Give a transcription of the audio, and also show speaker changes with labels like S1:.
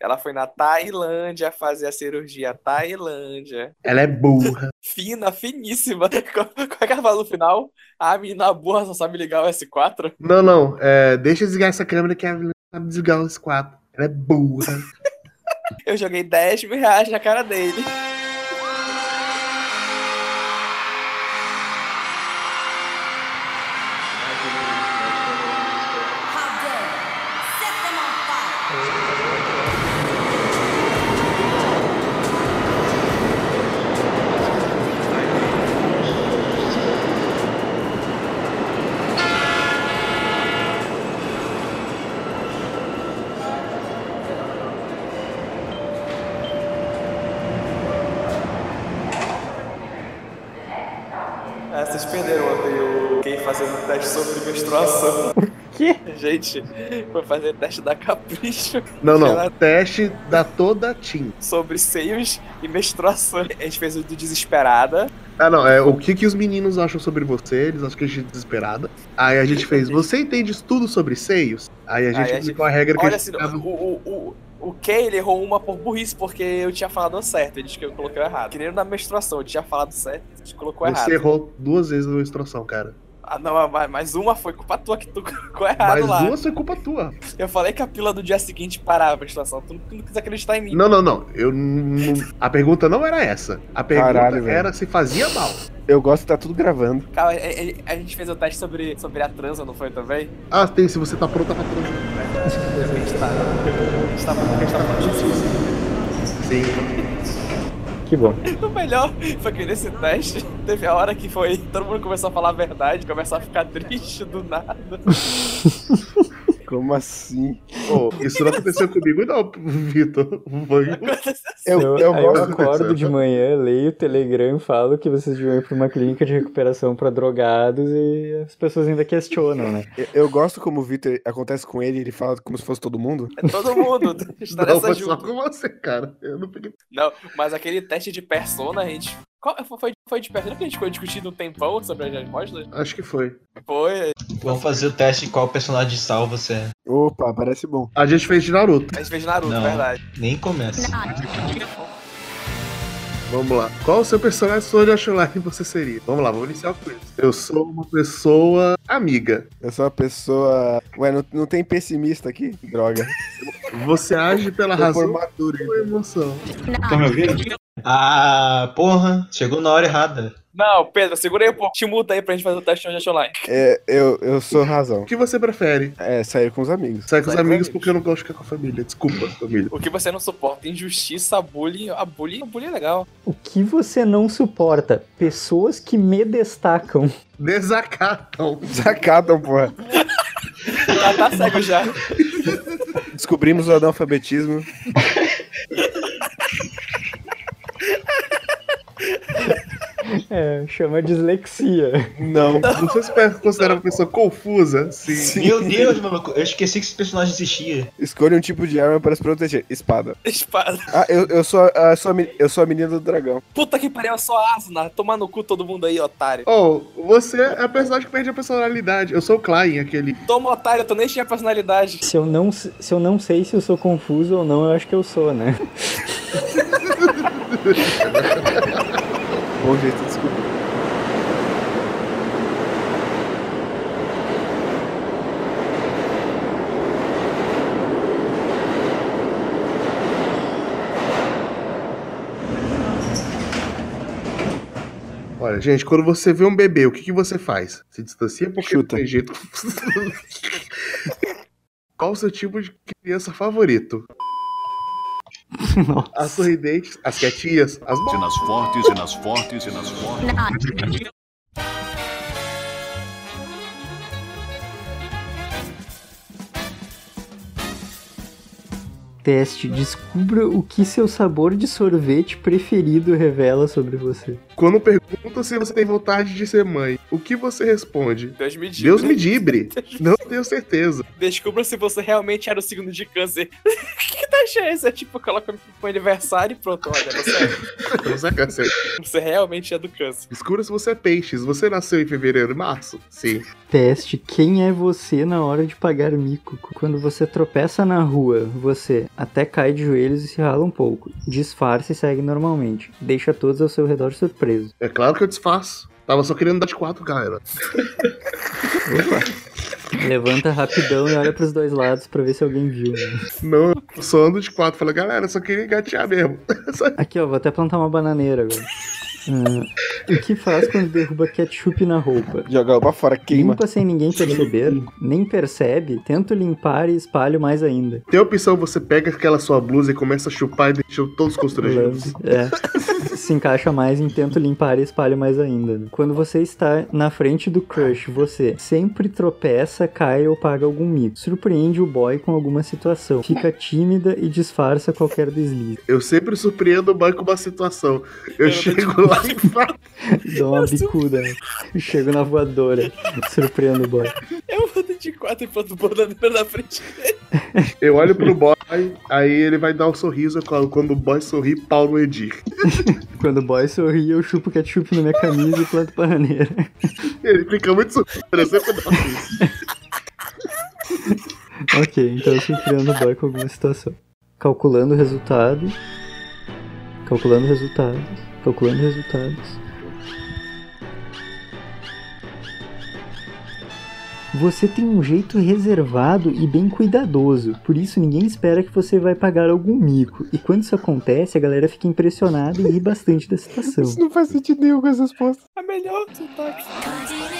S1: Ela foi na Tailândia fazer a cirurgia. Tailândia.
S2: Ela é burra.
S1: Fina, finíssima. Qual qual é que ela fala no final? A menina burra só sabe ligar o S4.
S2: Não, não. é, deixa eu desligar essa câmera que a vilã sabe desligar os quatro. Ela é burra.
S1: Eu joguei 10 mil reais na cara dele.
S3: How dare you? Set them on fire!
S1: É, vocês perderam ontem o quem fazendo teste sobre menstruação.
S4: Que?
S1: Gente, foi fazer teste da Capricho
S2: Não, não.
S1: Ela- é
S2: Teste da toda Tim.
S1: sobre seios e menstruação. A gente fez o do Desesperada.
S2: Ah, não. É, o que, que os meninos acham sobre você? Eles acham que a gente é desesperada. Aí a gente fez, você entende tudo sobre seios? Aí a gente
S1: Aí a
S2: aplicou a regra que
S1: Olha
S2: a
S1: assim,
S2: gente
S1: o,
S2: tava-
S1: o, o, o Kay ele errou uma por burrice, porque eu tinha falado certo, ele disse que eu coloquei errado. Que nem na menstruação, eu tinha falado certo, a gente colocou errado.
S2: Você errou duas vezes na instrução, cara.
S1: Ah, não, mas, mas uma foi culpa tua que tu colocou errado
S2: Mas
S1: lá.
S2: duas foi culpa tua.
S1: Eu falei que a pila do dia seguinte parava a menstruação, tu não, tu não quis acreditar em mim.
S2: Não, não, não. Eu não... A pergunta não era essa. A pergunta
S4: Caralho, velho.
S2: era se fazia mal.
S4: Eu gosto de tá tudo gravando.
S1: Cara, a, é, a- a gente fez o teste sobre, sobre a transa, não foi também?
S2: Ah, tem, se você tá pronta pra transar.
S1: A gente tá. A gente tá, a gente tá falando de suicídio.
S2: Sim.
S4: Que bom.
S1: O melhor foi que nesse teste teve a hora que foi. Todo mundo começou a falar a verdade, começou a ficar triste do nada.
S4: Como assim?
S2: Ô, isso não aconteceu comigo, não, Vitor. Foi um
S4: Eu, eu,
S5: aí eu
S4: gosto.
S5: acordo de manhã, leio o Telegram, falo que vocês vão ir pra uma clínica de recuperação pra drogados e as pessoas ainda questionam, né?
S4: Eu, eu gosto como o Vitor acontece com ele, ele fala como se fosse todo mundo.
S1: Todo mundo. A gente tá
S2: Não,
S1: nessa
S2: foi só
S1: junto.
S2: com você, cara. Eu não peguei.
S1: Não, mas aquele teste de persona, a gente. Qual, foi, foi de persona que a gente ficou discutindo um tempão sobre as respostas?
S2: Acho que foi.
S1: Foi.
S6: Vamos fazer o teste em qual personagem de sal você é.
S4: Opa, parece bom.
S2: A gente fez de Naruto.
S1: A gente fez Naruto,
S6: Não.
S1: verdade.
S6: Nem começa.
S2: Vamos lá. Qual o seu personagem Sword Art Online você seria? Vamos lá, vamos iniciar o quiz. Eu sou uma pessoa amiga.
S4: Eu sou uma pessoa. Ué, não, não tem pessimista aqui? Droga.
S2: Você age pela
S4: Eu por
S2: razão
S4: madura.
S2: ou emoção.
S6: Estão Tá me ouvindo? Ah, porra, chegou na hora errada.
S1: Não, Pedro, segura aí um pouco. Te muda aí pra gente fazer o teste de online.
S4: É, eu, eu sou razão.
S2: O que você prefere?
S4: É, sair com os amigos.
S2: Sai com os
S1: Sai com
S2: amigos
S1: amigos.
S2: porque eu não gosto de ficar com a família. Desculpa, família.
S1: O que você não suporta? Injustiça, bullying. A bullying, a bullying é legal.
S5: O que você não suporta? Pessoas que me destacam.
S2: Desacatam.
S4: Sacadam, porra.
S1: Tá, tá cego já.
S4: Descobrimos o analfabetismo.
S5: É, chama dislexia.
S4: Não.
S2: Você se per- considera uma pessoa confusa? Sim.
S4: Sim.
S6: Meu Deus, maluco, eu esqueci que esse personagem existia.
S4: Escolha um tipo de arma para se proteger. Espada.
S1: Espada.
S4: Ah, eu, eu, sou, a, a- sou a meni- eu sou a menina do dragão.
S1: Puta que pariu, eu sou a Asuna. Tomar no cu todo mundo aí, otário.
S2: Oh, você é a personagem que perde a personalidade. Eu sou o Klein, aquele.
S1: Toma, otário, tu nem tinha personalidade.
S5: Se eu, não, se eu não sei se eu sou confuso ou não, eu acho que eu sou, né?
S4: Bom jeito de descobrir.
S2: Olha, gente, quando você vê um bebê, o que, que você faz? Se distancia um porque
S4: Chuta.
S2: não tem jeito. Qual o seu tipo de criança favorito? As sorridentes, as quietinhas, as
S7: E
S2: bo-
S7: nas fortes, e nas fortes, e nas fortes.
S5: Teste, descubra o que seu sabor de sorvete preferido revela sobre você.
S2: Quando pergunta se você tem vontade de ser mãe, o que você responde?
S1: Deus me diga.
S2: Deus me dibre. Não tenho certeza.
S1: Descubra se você realmente era o signo de câncer. O que, que tá teste é esse? É tipo, coloca pro aniversário e pronto, olha, tá você,
S2: Então, você é câncer.
S1: você realmente é do câncer.
S2: Descubra se você é peixes. Você nasceu em fevereiro e março? Sim.
S5: Teste quem é você na hora de pagar mico. Quando você tropeça na rua, você até cai de joelhos e se rala um pouco. Disfarça e segue normalmente. Deixa todos ao seu redor surpresos.
S2: É claro que eu desfaço. Tava só querendo dar de quatro, galera.
S5: Levanta rapidão e olha pros dois lados pra ver se alguém viu. né?
S2: Não, eu só ando de quatro. Falei, galera, só queria engatear mesmo.
S5: Aqui, ó, vou até plantar uma bananeira agora. Ah, o que faz quando derruba ketchup na roupa?
S4: Jogar pra fora, queima.
S5: Limpa sem ninguém perceber, nem percebe, tento limpar e espalho mais ainda.
S2: Tem a opção, você pega aquela sua blusa e começa a chupar e deixa todos constrangidos.
S5: É. Se encaixa mais em tento limpar e espalho mais ainda. né? Quando você está na frente do crush, você sempre tropeça, cai ou paga algum mico. Surpreende o boy com alguma situação. Fica tímida e disfarça qualquer deslize.
S2: Eu sempre surpreendo o boy com uma situação. Eu
S1: Eu
S2: chego lá e falo.
S5: Dá uma bicuda, né? Chego na voadora. Surpreendo o boy.
S1: Eu ando É um de quatro e planto bananeira tá na frente.
S2: Eu olho pro boy, aí ele vai dar um sorriso. eu falo, Quando o boy sorri, pau no Edir.
S5: Quando o boy sorri, eu chupo ketchup na minha camisa e planto bananeira.
S2: Ele fica muito surpreso. Eu sempre dou um isso.
S5: Ok, então eu surpreendo o boy com alguma situação. Calculando resultados. Calculando resultados. Calculando resultados. Você tem um jeito reservado e bem cuidadoso, por isso ninguém espera que você vai pagar algum mico. E quando isso acontece, a galera fica impressionada e ri bastante da situação.
S4: Isso não faz sentido nenhum com as respostas.
S1: É melhor sotaque.
S3: Cause it